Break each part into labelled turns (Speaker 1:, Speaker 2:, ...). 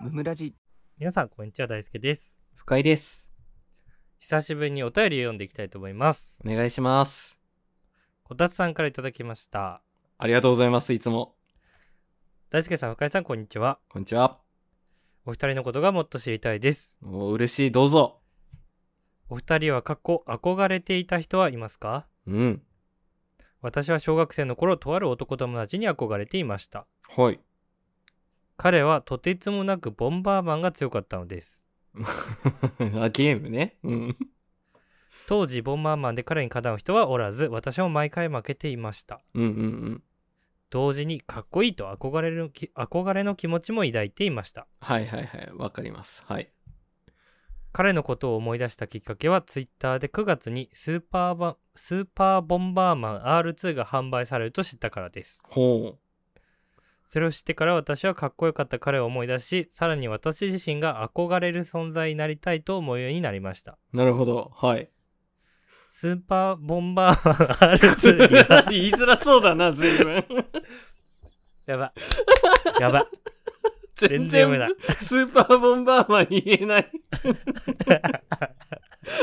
Speaker 1: ムムラジ
Speaker 2: 皆さんこんにちは大輔です
Speaker 3: 深井です。
Speaker 2: 久しぶりにお便りを読んでいきたいと思います
Speaker 3: お願いします。
Speaker 2: こたつさんからいただきました
Speaker 3: ありがとうございます。いつも。
Speaker 2: 大輔さん深井さんこんにちは
Speaker 3: こんにちは。
Speaker 2: お二人のことがもっと知りたいです
Speaker 3: お嬉しい。どうぞ。
Speaker 2: お二人は過去憧れていた人はいますか
Speaker 3: うん。
Speaker 2: 私は小学生の頃とある男友達に憧れていました
Speaker 3: はい。
Speaker 2: 彼はとてつもなくボンバーマンが強かったのです
Speaker 3: あ、ゲームね。うん。
Speaker 2: 当時ボンバーマンで彼にかなう人はおらず私も毎回負けていました
Speaker 3: うんうんうん。
Speaker 2: 同時にかっこいいと憧れるき憧れの気持ちも抱いていました
Speaker 3: はいはいはい。わかります。はい。
Speaker 2: 彼のことを思い出したきっかけはツイッターで9月にスーパーバスーパーボンバーマン R2 が販売されると知ったからです
Speaker 3: ほ
Speaker 2: それを知ってから私はかっこよかった彼を思い出しさらに私自身が憧れる存在になりたいと思うようになりました
Speaker 3: う。なるほど。はい。
Speaker 2: スーパーボンバーマン R2 に は
Speaker 3: 言いづらそうだな、随分。
Speaker 2: やばやば 全然読めない。
Speaker 3: スーパーボンバーマンに言え ない。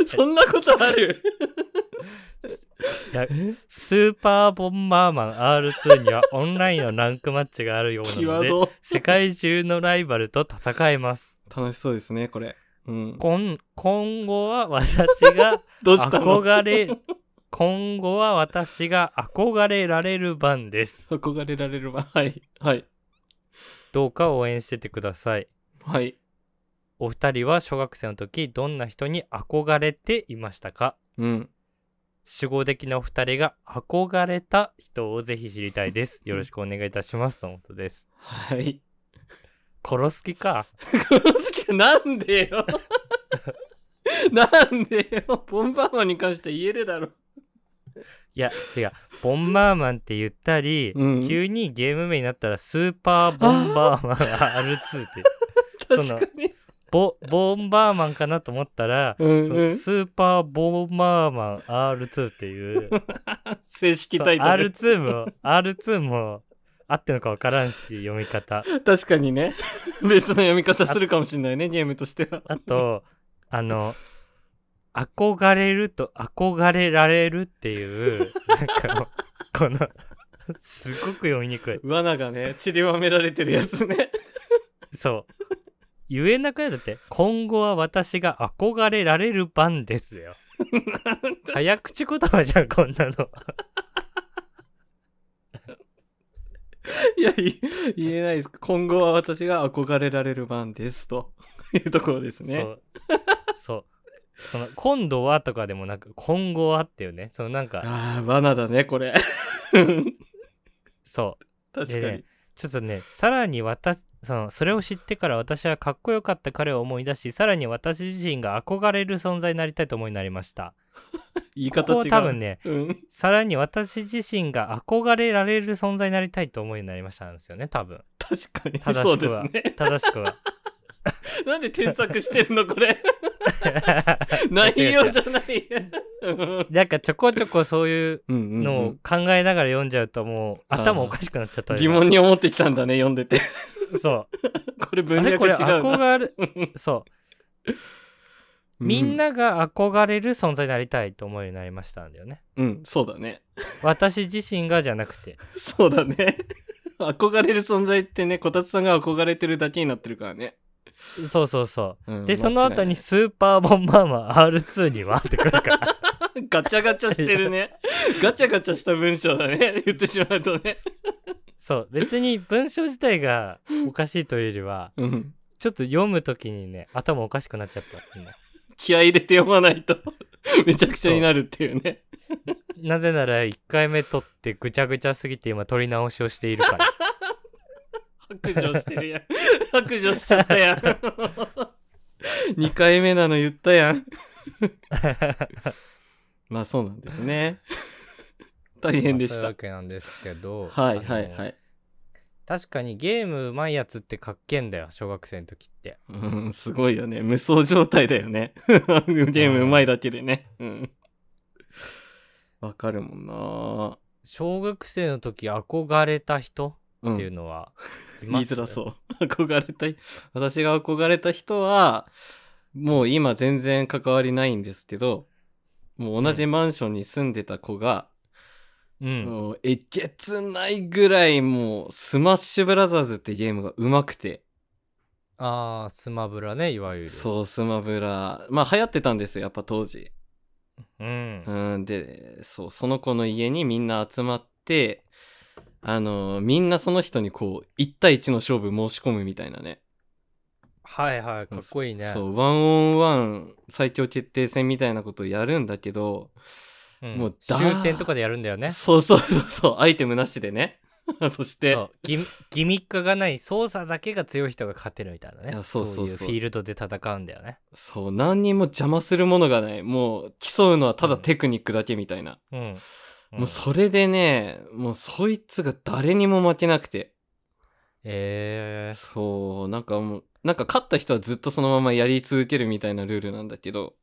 Speaker 3: そんなことある
Speaker 2: やスーパーボンバーマン R2 にはオンラインのランクマッチがあるようなの
Speaker 3: 際
Speaker 2: で
Speaker 3: ど。
Speaker 2: 世界中のライバルと戦えます
Speaker 3: 楽しそうですね、これ。うん。
Speaker 2: 今今後は私が
Speaker 3: どうしたの
Speaker 2: 憧れ今後は私が憧れられる番です
Speaker 3: 憧れられるわ。はい。はい。
Speaker 2: どうか応援しててください
Speaker 3: はい。
Speaker 2: お二人は小学生の時どんな人に憧れていましたか
Speaker 3: うん。
Speaker 2: 守護的なお二人が憧れた人をぜひ知りた いですよろしくお願いいたしますとのことです
Speaker 3: はい。
Speaker 2: 殺す気か
Speaker 3: なんでよ なんでよボンバーマンに関して言えるだろ。
Speaker 2: いや違うボンバーマンって言ったり、
Speaker 3: うん
Speaker 2: 急にゲーム名になったらスーパーボンバーマン R2 ってその
Speaker 3: 確かに。
Speaker 2: ボボンバーマンかなと思ったら
Speaker 3: うん
Speaker 2: そうの
Speaker 3: ん。
Speaker 2: スーパーボンバーマン R2 って いう
Speaker 3: 正式
Speaker 2: そう
Speaker 3: タイトル。
Speaker 2: R2 も R2 も合ってんのか分からんし読み方
Speaker 3: 確かにね。別の読み方するかもしんないね、ゲームとしては。
Speaker 2: あとあの憧れると憧れられるっていうなんかもうこのすごく読みにくい
Speaker 3: 罠がね、散りばめられてるやつね。
Speaker 2: そう言えなくないだって今後は私が憧れられる番で すよ早口言葉じゃんこんなの
Speaker 3: いや、い言えないです。今後は私が憧れられる番です。というところですね。
Speaker 2: そう。 そう。その、今度はとかでもなく、今後はっていうね。そのなんか、
Speaker 3: ああ、罠だね、これ。 うん
Speaker 2: そう。
Speaker 3: 確かに。
Speaker 2: でねちょっとね、さらに私、その、それを知ってから私はかっこよかった彼を思い出し、さらに私自身が憧れる存在になりたいと思いになりました。
Speaker 3: 言い
Speaker 2: こ
Speaker 3: 方
Speaker 2: こ
Speaker 3: 違
Speaker 2: は
Speaker 3: う。
Speaker 2: 多分ね、
Speaker 3: うん。
Speaker 2: さらに私自身が憧れられる存在になりたいと思いになりましたんですよね、多分。
Speaker 3: 確か
Speaker 2: 正
Speaker 3: に。
Speaker 2: し
Speaker 3: そう
Speaker 2: く
Speaker 3: で
Speaker 2: は
Speaker 3: すね。
Speaker 2: 正しくは。
Speaker 3: なんで添削してんのこ れ内容じゃない
Speaker 2: なんかちょこちょこそういう
Speaker 3: うんうん
Speaker 2: のを考えながら読んじゃうともう頭おかしくなっちゃった
Speaker 3: 疑問に思ってきたんだね読んでて
Speaker 2: そう
Speaker 3: これ文
Speaker 2: あれこ
Speaker 3: 脈違
Speaker 2: れ
Speaker 3: うな
Speaker 2: 憧れ そうみんなが憧れる存在になりたいと思うようになりましたんだ よね
Speaker 3: うん、うんそうだね
Speaker 2: 私自身がじゃなくて
Speaker 3: そうだね 憧れる存在ってねこたつさんが憧れてるだけになってるからね、
Speaker 2: そうそうそ
Speaker 3: うん
Speaker 2: うで
Speaker 3: 間違いない
Speaker 2: その後に「スーパーボンバーマン R2」にはってくるから
Speaker 3: ガチャガチャしてる ねガチャガチャした文章だね言ってしまうとね
Speaker 2: そう別に文章自体がおかしいというよりは
Speaker 3: うん
Speaker 2: ちょっと読む時にね頭おかしくなっちゃったみんな
Speaker 3: 気合い入れて読まないと めちゃくちゃになるっていうね
Speaker 2: なぜなら1回目撮ってぐちゃぐちゃすぎて今撮り直しをしているから
Speaker 3: 白状してるやん。 白状しちゃったやん。2回目なの言ったやん。 まあそうなんです ね。大変でし
Speaker 2: まあそういう
Speaker 3: た
Speaker 2: わ。けなんですけど
Speaker 3: はいはい
Speaker 2: あの
Speaker 3: はい。
Speaker 2: 確かにゲームうまいやつってかっけえんだよ小学生の時って
Speaker 3: うん、すごいよね。無双状態だよ ね。ゲームうまいだけでね。うん。わかるもんな
Speaker 2: 小学生の時憧れた人っていうのは、い
Speaker 3: 言
Speaker 2: ま
Speaker 3: い
Speaker 2: す
Speaker 3: づらそう。 憧れたい、私が憧れた人は、もう今全然関わりないんですけど、もう同じマンションに住んでた子が、
Speaker 2: う。うん。
Speaker 3: もうえげつないぐらいもう、スマッシュブラザーズってゲームが上手くて、
Speaker 2: ああ、スマブラね、いわゆる。
Speaker 3: そう、スマブラ、まあ流行ってたんですよ、やっぱ当時。
Speaker 2: う。うん。
Speaker 3: うん、で、そう、その子の家にみんな集まって、あの、みんなその人にこう、1対1の勝負申し込むみたいなね。
Speaker 2: はいはい、かっこいいね。
Speaker 3: そう、ワンオンワン最強決定戦みたいなことをやるんだけど、
Speaker 2: うん
Speaker 3: もうだー
Speaker 2: 終点とかでやるんだよね。
Speaker 3: そうそうそうそう、アイテムなしでね。 そして、
Speaker 2: そうギミギミックがない操作だけが強い人が勝てるみたいない
Speaker 3: や
Speaker 2: ね
Speaker 3: そうそうそう
Speaker 2: いうフィールドで戦うんだよね
Speaker 3: そう、何にも邪魔するものがない。もう、競うのはただテクニックだけみたいな。
Speaker 2: うん、ん
Speaker 3: もう、それでね、もう、そいつが誰にも負けなくて。
Speaker 2: えー、
Speaker 3: そう、なんかもう、なんか勝った人はずっとそのままやり続けるみたいなルールなんだけど、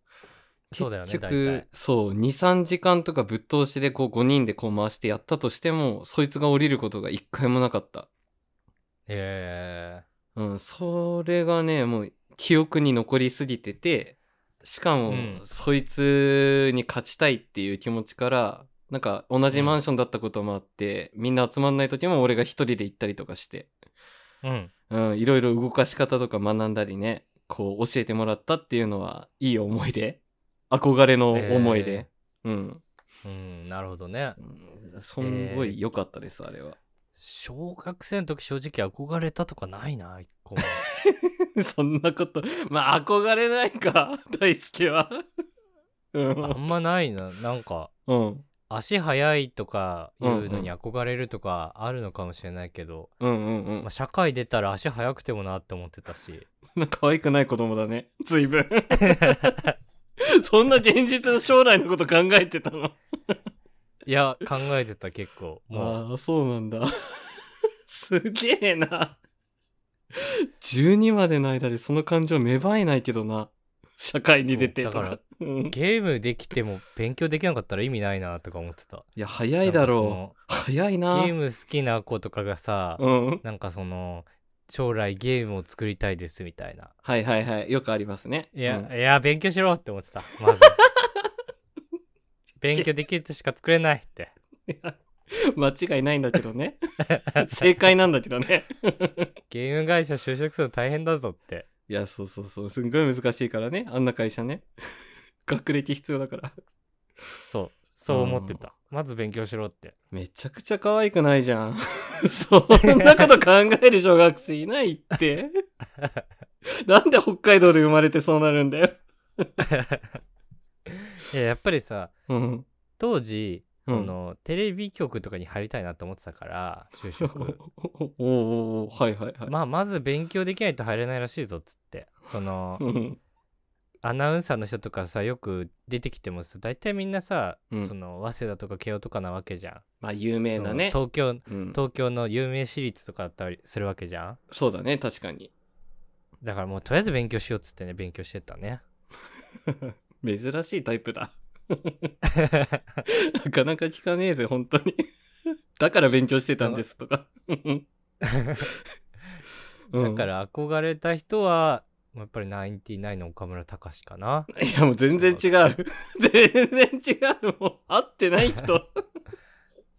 Speaker 2: そうだよね
Speaker 3: 結
Speaker 2: 大体
Speaker 3: 局、そう、2、3時間とかぶっ通しでこう5人でこう回してやったとしても、そいつが降りることが1回もなかった。
Speaker 2: え
Speaker 3: うん、それがね、もう記憶に残りすぎてて、しかも、
Speaker 2: うん
Speaker 3: そいつに勝ちたいっていう気持ちから、なんか同じマンションだったこともあって、みんな集まんない時も俺が一人で行ったりとかして、
Speaker 2: ー、うん
Speaker 3: うん、いろいろ動かし方とか学んだりね、こう教えてもらったっていうのは、いい思い出。憧れの思い出。うん
Speaker 2: うんなるほどね
Speaker 3: うん。すんごい良かったです、あれは。
Speaker 2: 小学生の時正直憧れたとかないな一 個も
Speaker 3: そんなこと、まあ憧れないか、大輔 は。う
Speaker 2: あ
Speaker 3: ん。
Speaker 2: んまないななんか
Speaker 3: うん。
Speaker 2: 足速いとかいうのに憧れるとかあるのかもしれないけど、
Speaker 3: うんうんうん
Speaker 2: まあ、。社会出たら足速くてもなって思ってたし
Speaker 3: まあ、可愛く ない子供だね。随 分。そんな現実の将来のこと考えてたの。
Speaker 2: いや考えてた結構もう
Speaker 3: ああ、そうなんだ。 すげえな。12までの間でその感情芽生えないけどな。社会に出てと
Speaker 2: そうだ
Speaker 3: か
Speaker 2: か。
Speaker 3: うん
Speaker 2: ゲームできても勉強できなかったら意味ないなとか思ってた。
Speaker 3: いや、早いだろ
Speaker 2: う。
Speaker 3: う。早いな。
Speaker 2: ゲーム好きな子とかがさ、
Speaker 3: うん。
Speaker 2: なんかその、将来ゲームを作りたいですみたいな。
Speaker 3: はいはいはい。よくありますね。
Speaker 2: いや、
Speaker 3: うん
Speaker 2: いや、勉強しろって思ってた。 まず。勉強できる人しか作れないって。
Speaker 3: 間違いないんだけど ね。正解なんだけどね。
Speaker 2: ゲーム会社就職するの大変だぞって。
Speaker 3: いや、そうそうそう。すんごい難しいからね。あんな会社ね。 学歴必要だから。
Speaker 2: そう。そう思ってた。まず勉強しろって。
Speaker 3: めちゃくちゃ可愛くないじゃん。 そんなこと考える小学生いないって。 なんで北海道で生まれてそうなるんだよ。
Speaker 2: いや、やっぱりさ、
Speaker 3: うん。
Speaker 2: 当時、
Speaker 3: うん
Speaker 2: あのテレビ局とかに入りたいなと思ってたから、就
Speaker 3: お
Speaker 2: 職。
Speaker 3: おおおはいはいはい。
Speaker 2: まあまず勉強できないと入れないらしいぞっつってその
Speaker 3: うん。
Speaker 2: アナウンサーの人とかさよく出てきてもさ大体みんなさ、
Speaker 3: うん
Speaker 2: その早稲田とか慶応とかなわけじゃん、
Speaker 3: まあ有名
Speaker 2: そ
Speaker 3: な
Speaker 2: の
Speaker 3: ね。
Speaker 2: 東京
Speaker 3: うん
Speaker 2: 東京の有名私立とかだったりするわけじゃん
Speaker 3: そうだね、確かに。
Speaker 2: だからもうとりあえず勉強しようっつってね勉強してたね
Speaker 3: 珍しいタイプだ。なかなか聞かねえぜ、本当に。だから勉強してたんですとか。
Speaker 2: だから憧れた人はやっぱりナインティナインの岡村隆史かな
Speaker 3: いやもう全然違う。全然違う。もう会ってない 人。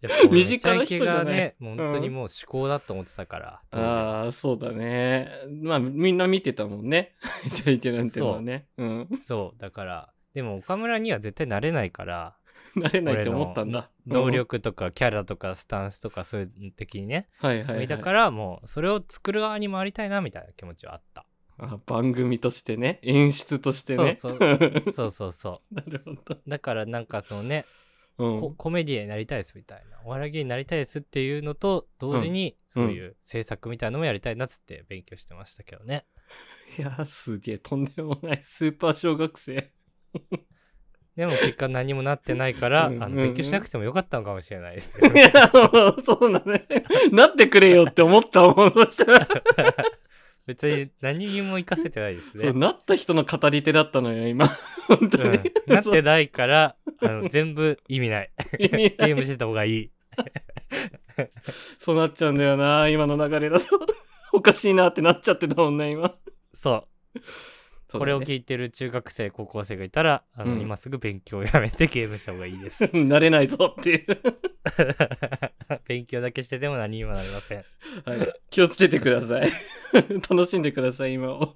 Speaker 2: やっぱ
Speaker 3: 身近な人じゃない
Speaker 2: めちゃイケがねもう本当に
Speaker 3: うん
Speaker 2: もう思考だと思ってたから、当時
Speaker 3: ああ、そうだね。まあみんな見てたもんね。じゃいけなんてのはね。うん。
Speaker 2: そうだからでも岡村には絶対なれないから
Speaker 3: なれないって思ったんだ。
Speaker 2: 能力とかキャラとかスタンスとかそういう的にね、
Speaker 3: うん。はいはい、はい。
Speaker 2: だからもうそれを作る側に回りたいなみたいな気持ちはあった
Speaker 3: あ番組としてね。演出としてね。
Speaker 2: そう
Speaker 3: な
Speaker 2: そうそうそ
Speaker 3: るほ
Speaker 2: うだからなんかそのね、
Speaker 3: ど。う
Speaker 2: こ
Speaker 3: ん。
Speaker 2: コメディアンになりたいですみたいなお笑い芸人になりたいですっていうのと同時にそういう制作みたいなのもやりたいなっつって勉強してましたけどね、
Speaker 3: いや、すげえ、とんでもない。スーパー小学生。
Speaker 2: でも結果何もなってないから、
Speaker 3: うん
Speaker 2: あ
Speaker 3: うん
Speaker 2: の勉強しなくてもよかったのかもしれないですけど
Speaker 3: いや、もうそうだね。なってくれよって思ったもん。そした ら。
Speaker 2: 別に何にも活かせてないです
Speaker 3: そ
Speaker 2: ね
Speaker 3: う、なった人の語り手だったのよ、今。 本当に。
Speaker 2: うんなってないからあの全部意味ない
Speaker 3: 意味
Speaker 2: ゲ
Speaker 3: ない
Speaker 2: ームしてた方がいい。
Speaker 3: そうなっちゃうんだよな、今の流れだと。 おかしいなってなっちゃってたもんね、今。
Speaker 2: そう
Speaker 3: そうだね
Speaker 2: これを聞いてる中学生高校生がいたらあの、
Speaker 3: うん
Speaker 2: 今すぐ勉強をやめてゲームした方がいいです
Speaker 3: 慣れないぞっていう、
Speaker 2: 勉強だけしてても何にもなりません
Speaker 3: はい気をつけてください 楽しんでください今を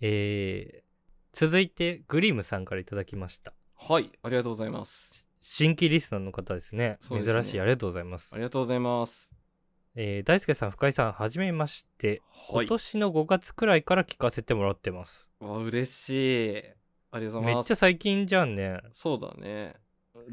Speaker 2: えー、続いてグリムさんからいただきました
Speaker 3: はいありがとうございます
Speaker 2: し新規リスナーの方ですね
Speaker 3: そうですね
Speaker 2: 珍しいありがとうございます
Speaker 3: ありがとうございます
Speaker 2: えー大輔さん深井さんはじめまして、
Speaker 3: はい
Speaker 2: 今年の5月くらいから聞かせてもらってます
Speaker 3: わ嬉しいありがとうござい
Speaker 2: め
Speaker 3: ま
Speaker 2: っ
Speaker 3: す
Speaker 2: ちゃ最近じゃんね
Speaker 3: そうだね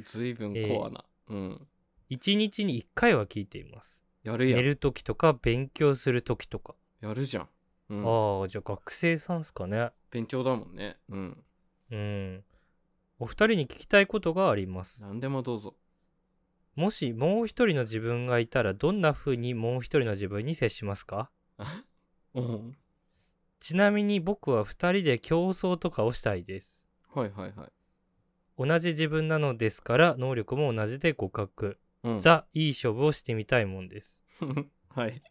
Speaker 3: ずいぶんコアな、うん
Speaker 2: 1日に1回は聞いています
Speaker 3: やるや
Speaker 2: 寝
Speaker 3: ん
Speaker 2: る時とか勉強する時とか、
Speaker 3: やるじゃん、うん、
Speaker 2: ああじゃあ学生さんっすかね
Speaker 3: 勉強だもんねうん
Speaker 2: うんお二人に聞きたいことがあります
Speaker 3: 何でもどうぞ
Speaker 2: もしもう一人の自分がいたらどんな風にもう一人の自分に接しますか
Speaker 3: うん
Speaker 2: ちなみに僕は二人で競争とかをしたいです
Speaker 3: はいはいはい
Speaker 2: 同じ自分なのですから能力も同じで互角、
Speaker 3: うん
Speaker 2: ザいい勝負をしてみたいもんです
Speaker 3: はい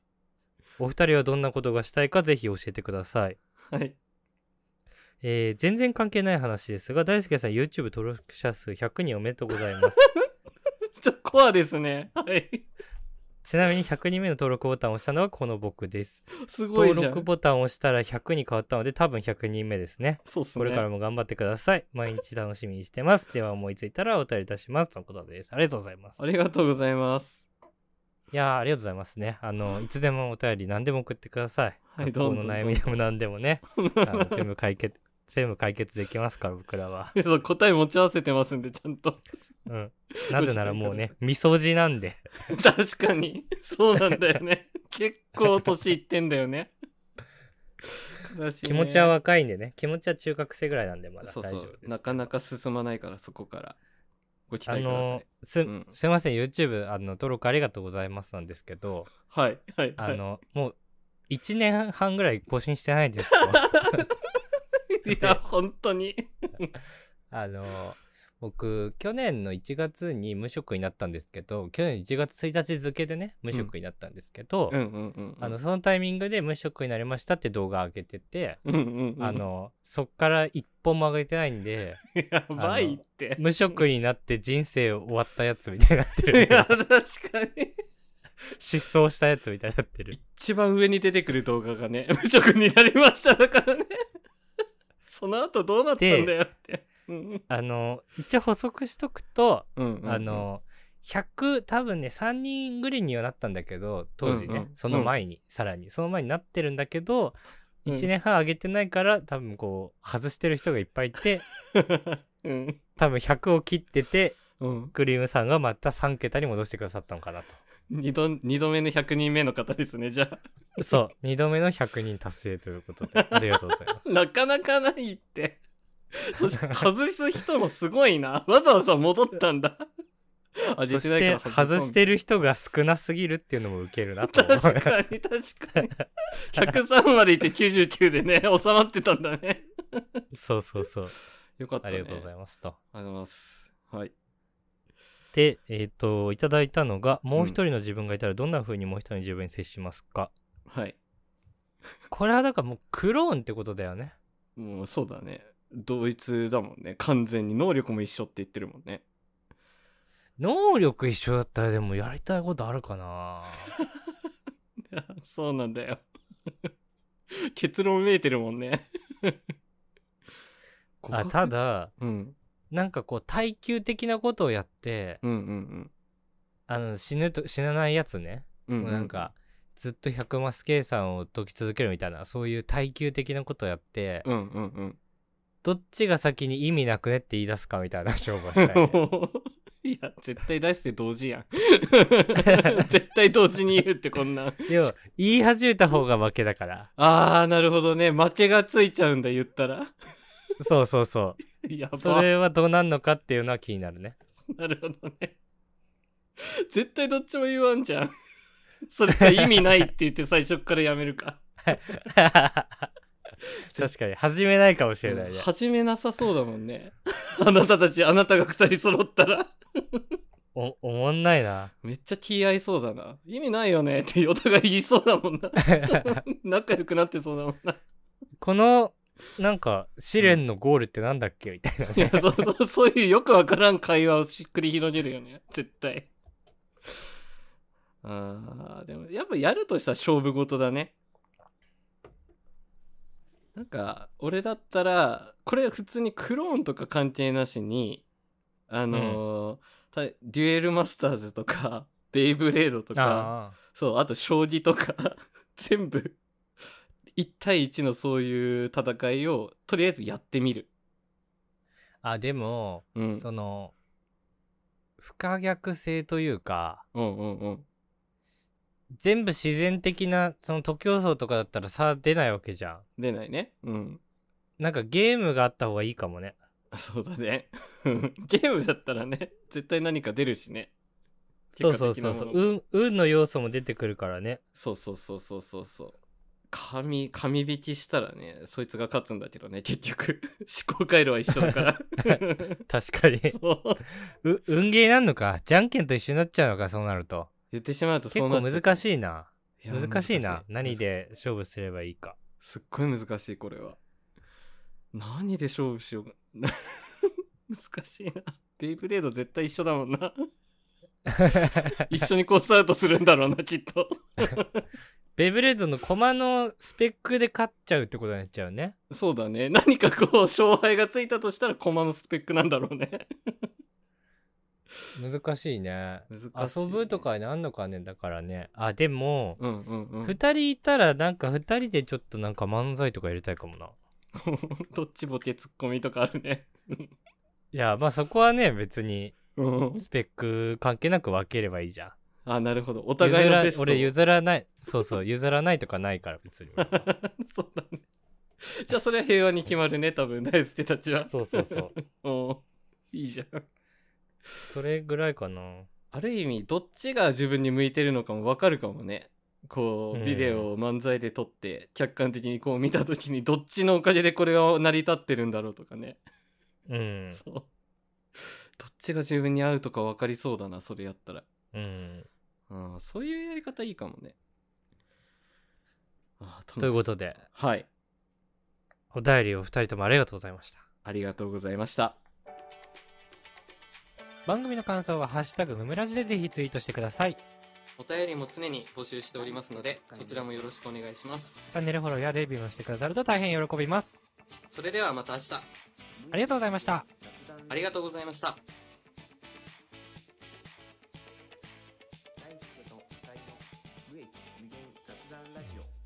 Speaker 2: お二人はどんなことがしたいかぜひ教えてください
Speaker 3: はい
Speaker 2: えー全然関係ない話ですが大輔さん YouTube 登録者数100人おめでとうございます
Speaker 3: ちょっとコアですねはい
Speaker 2: ちなみに100人目の登録ボタンを押したのはこの僕です
Speaker 3: すごい
Speaker 2: 登
Speaker 3: じゃ
Speaker 2: 録
Speaker 3: ん
Speaker 2: ボタンを押したら100に変わったので多分100人目ですね
Speaker 3: そうっす
Speaker 2: これから
Speaker 3: ね
Speaker 2: も頑張ってください毎日楽しみにしてますでは思いついたらお便りいたしますとのことですありがとうございます
Speaker 3: ありがとうございます
Speaker 2: いやーありがとうございますねあのいつでもお便り何でも送ってください
Speaker 3: はい
Speaker 2: 学校
Speaker 3: どんど
Speaker 2: の
Speaker 3: んどん
Speaker 2: 悩みでも何でもねあの全部解決全部解決できますから僕らは
Speaker 3: そう答え持ち合わせてますんでちゃんと
Speaker 2: うんなぜならもうねみそじなんで
Speaker 3: 確かにそうなんだよね 結構年いってんだよ ね悲しい
Speaker 2: 気
Speaker 3: ね
Speaker 2: 持ちは若いんでね気持ちは中学生ぐらいなんでまだ
Speaker 3: そ
Speaker 2: 大
Speaker 3: うそ
Speaker 2: 丈夫
Speaker 3: う
Speaker 2: です
Speaker 3: なかなか進まないからそこからご期
Speaker 2: あ
Speaker 3: 待ください、
Speaker 2: のす,、
Speaker 3: うん
Speaker 2: すいません YouTube あの登録ありがとうございますなんです けど
Speaker 3: はいはい
Speaker 2: あ
Speaker 3: はい
Speaker 2: の、もう1年半ぐらい更新してない ですよ
Speaker 3: いや本当に
Speaker 2: あの僕去年の1月に無職になったんですけど去年1月1日付でね無職になったんですけど、
Speaker 3: うんうんうん
Speaker 2: あのそのタイミングで無職になりましたって動画上げてて、
Speaker 3: うんうんうん
Speaker 2: あのそっから一本も上げてないんで
Speaker 3: やばいって
Speaker 2: 無職になって人生終わったやつみたいになってる
Speaker 3: いや確かに
Speaker 2: 失踪したやつみたいになってる
Speaker 3: 一番上に出てくる動画がね 無職になりましただからねその後どうなったんだよってうん
Speaker 2: あの一応補足しとくと、
Speaker 3: うんうん
Speaker 2: あの100多分ね3人ぐらいにはなったんだけど当時ね、
Speaker 3: うんうん
Speaker 2: その前に、さらにその前になってるんだけど
Speaker 3: うん
Speaker 2: 1年半上げてないから多分こう外してる人がいっぱいい て
Speaker 3: うん
Speaker 2: 多分100を切ってて
Speaker 3: うん
Speaker 2: クリームさんがまた3桁に戻してくださったのかな
Speaker 3: 二度二度目の100人目の方ですねじゃ
Speaker 2: とそう2度目の100人達成ということでありがとうございま
Speaker 3: あ
Speaker 2: す
Speaker 3: なかなかないってそ して外す人もすごいなわざわざ戻ったんだあ
Speaker 2: そ
Speaker 3: 自信
Speaker 2: し
Speaker 3: ない
Speaker 2: て
Speaker 3: から
Speaker 2: 外
Speaker 3: そう
Speaker 2: してる人が少なすぎるっていうのもウケるなと思う
Speaker 3: 確かに確か に103までいって99でね収まってたんだね
Speaker 2: そうそうそう
Speaker 3: よかった
Speaker 2: あ
Speaker 3: ね
Speaker 2: りがとうございますと。
Speaker 3: ありがとうございますはい
Speaker 2: で、えっ、と、いただいたのが、もう一人の自分がいたらどんな風にもう一人の自分に接しますか、
Speaker 3: はい
Speaker 2: これはだからもうクローンってことだよね。
Speaker 3: もうそうだね同一だもんね完全に能力も一緒って言ってるもんね
Speaker 2: 能力一緒だったらでもやりたいことある かな
Speaker 3: そうなんだよ 結論見えてるもんね
Speaker 2: あた、だ、
Speaker 3: うん、
Speaker 2: なんかこう耐久的なことをやって、
Speaker 3: うんうん
Speaker 2: あの死ぬと、死なないやつね。
Speaker 3: うんうん
Speaker 2: もうなんか、ずっと100マス計算を解き続けるみたいな、そういう耐久的なことをやって、
Speaker 3: うんうんうん
Speaker 2: どっちが先に意味なくねって言い出すかみたいな勝負をしたいね、
Speaker 3: いや絶対大して同時やん 絶対同時に言うってこんなん
Speaker 2: でも、言い始めた方が負けだから。
Speaker 3: あーなるほどね負けがついちゃうんだ言ったら
Speaker 2: そうそうそう。
Speaker 3: や
Speaker 2: そ
Speaker 3: ば
Speaker 2: れはどうなんのかっていうのは気にな るね。
Speaker 3: なるほどね絶対どっちも言わんじゃんそれか意味ないって言って最初っからやめるか
Speaker 2: 確かに始めないかもしれないね、
Speaker 3: 始めなさそうだもんね。あなたたち、あなたが二人揃ったら。
Speaker 2: おおもんないな
Speaker 3: めっちゃ気合いそうだな。意味ないよねってお互い言いそうだもんな。仲良くなってそうだもんな。
Speaker 2: このなんか試練のゴールってなんだっけみたいない
Speaker 3: や、そうそう、そういうよくわからん会話をしっくり広げるよね。絶対。あー、でも、やっぱやるとしたら勝負事だね。なんか、俺だったら、これ普通にクローンとか関係なしに、あのーたデュエルマスターズとか、 ベイブレードとか、
Speaker 2: あ
Speaker 3: そう、あと将棋とか、 全部、1対1のそういう戦いを、とりあえずやってみる。
Speaker 2: ああでも
Speaker 3: うん。
Speaker 2: その不可逆性というか
Speaker 3: うんうんうん。
Speaker 2: 全部自然的なその徒競走とかだったら差出ないわけじゃん
Speaker 3: 出ないね。 うん。
Speaker 2: なんかゲームがあった方がいいかもね
Speaker 3: そうだね。 うんゲームだったらね、絶対何か出るしね。
Speaker 2: そうそうそうそう
Speaker 3: 結果的なもの
Speaker 2: 運運の要素も出てくるからね
Speaker 3: そうそうそうそうそうそう。神、神引きしたらね、そいつが勝つんだけどね、結局。 思考回路は一緒だ から。
Speaker 2: 確かに
Speaker 3: そう。
Speaker 2: う運ゲーなんのかじゃんけんと一緒になっちゃうのかそうなると
Speaker 3: 言ってしまうと
Speaker 2: 結
Speaker 3: そうな
Speaker 2: 構
Speaker 3: っちゃう
Speaker 2: 難しいな
Speaker 3: や
Speaker 2: 難しいな何
Speaker 3: 難し
Speaker 2: で勝負すればいいか
Speaker 3: いすっごい難しい、これは。何で勝負しようか。 難しいな。ベイブレード絶対一緒だもん な。一緒にコースアウトするんだろうな、きっと。
Speaker 2: ベイブレードの駒のスペックで勝っちゃうってことになっちゃうね
Speaker 3: そうだね。何かこう、勝敗がついたとしたら、駒のスペックなんだろうね。
Speaker 2: 難しいね
Speaker 3: 難しい
Speaker 2: 遊ぶと。かになんのかねだからねあでも、
Speaker 3: うんうんうん。
Speaker 2: 2人いたらなんか2人でちょっとなんか漫才とかやりたいかもな
Speaker 3: どっちボケツッコミとかあるね。
Speaker 2: いやまあそこはね別に
Speaker 3: うん。
Speaker 2: スペック関係なく分ければいいじゃん
Speaker 3: あ、なるほど。お互いのベス
Speaker 2: 譲ら
Speaker 3: ト。
Speaker 2: 俺譲らないそうそう譲らないとかないから別に
Speaker 3: そうだね。じゃあ、それは平和に決まるね、多分、大輔たちは。
Speaker 2: そうそうそ
Speaker 3: う
Speaker 2: う
Speaker 3: ん。いいじゃん。
Speaker 2: それぐらいかな
Speaker 3: ある意味、どっちが自分に向いてるのかもわかるかもね。こ
Speaker 2: う
Speaker 3: う、
Speaker 2: ん
Speaker 3: ビデオを漫才で撮って、客観的にこう見たときに、どっちのおかげでこれは成り立ってるんだろうとかね。
Speaker 2: う ん
Speaker 3: そう。どっちが自分に合うとか分かりそうだな、それやったら。
Speaker 2: うん
Speaker 3: うん、そういうやり方いいかもね。あー
Speaker 2: というこ。
Speaker 3: 楽し
Speaker 2: とで
Speaker 3: はい。
Speaker 2: お便りを2人ともありがとうございました
Speaker 3: ありがとうございました。
Speaker 2: 番組の感想は「ハッシュタグむむらじ」でぜひツイートしてくださいチ
Speaker 3: お便りも常に募集しておりますので、そちらもよろしくお願いします。
Speaker 2: ャンネルフォローやレビューもしてくださると大変喜びます
Speaker 3: それではまた明日、
Speaker 2: ありがとうございました
Speaker 3: ありがとうございました。
Speaker 1: 大輔と二人の無益無限雑談ラジオ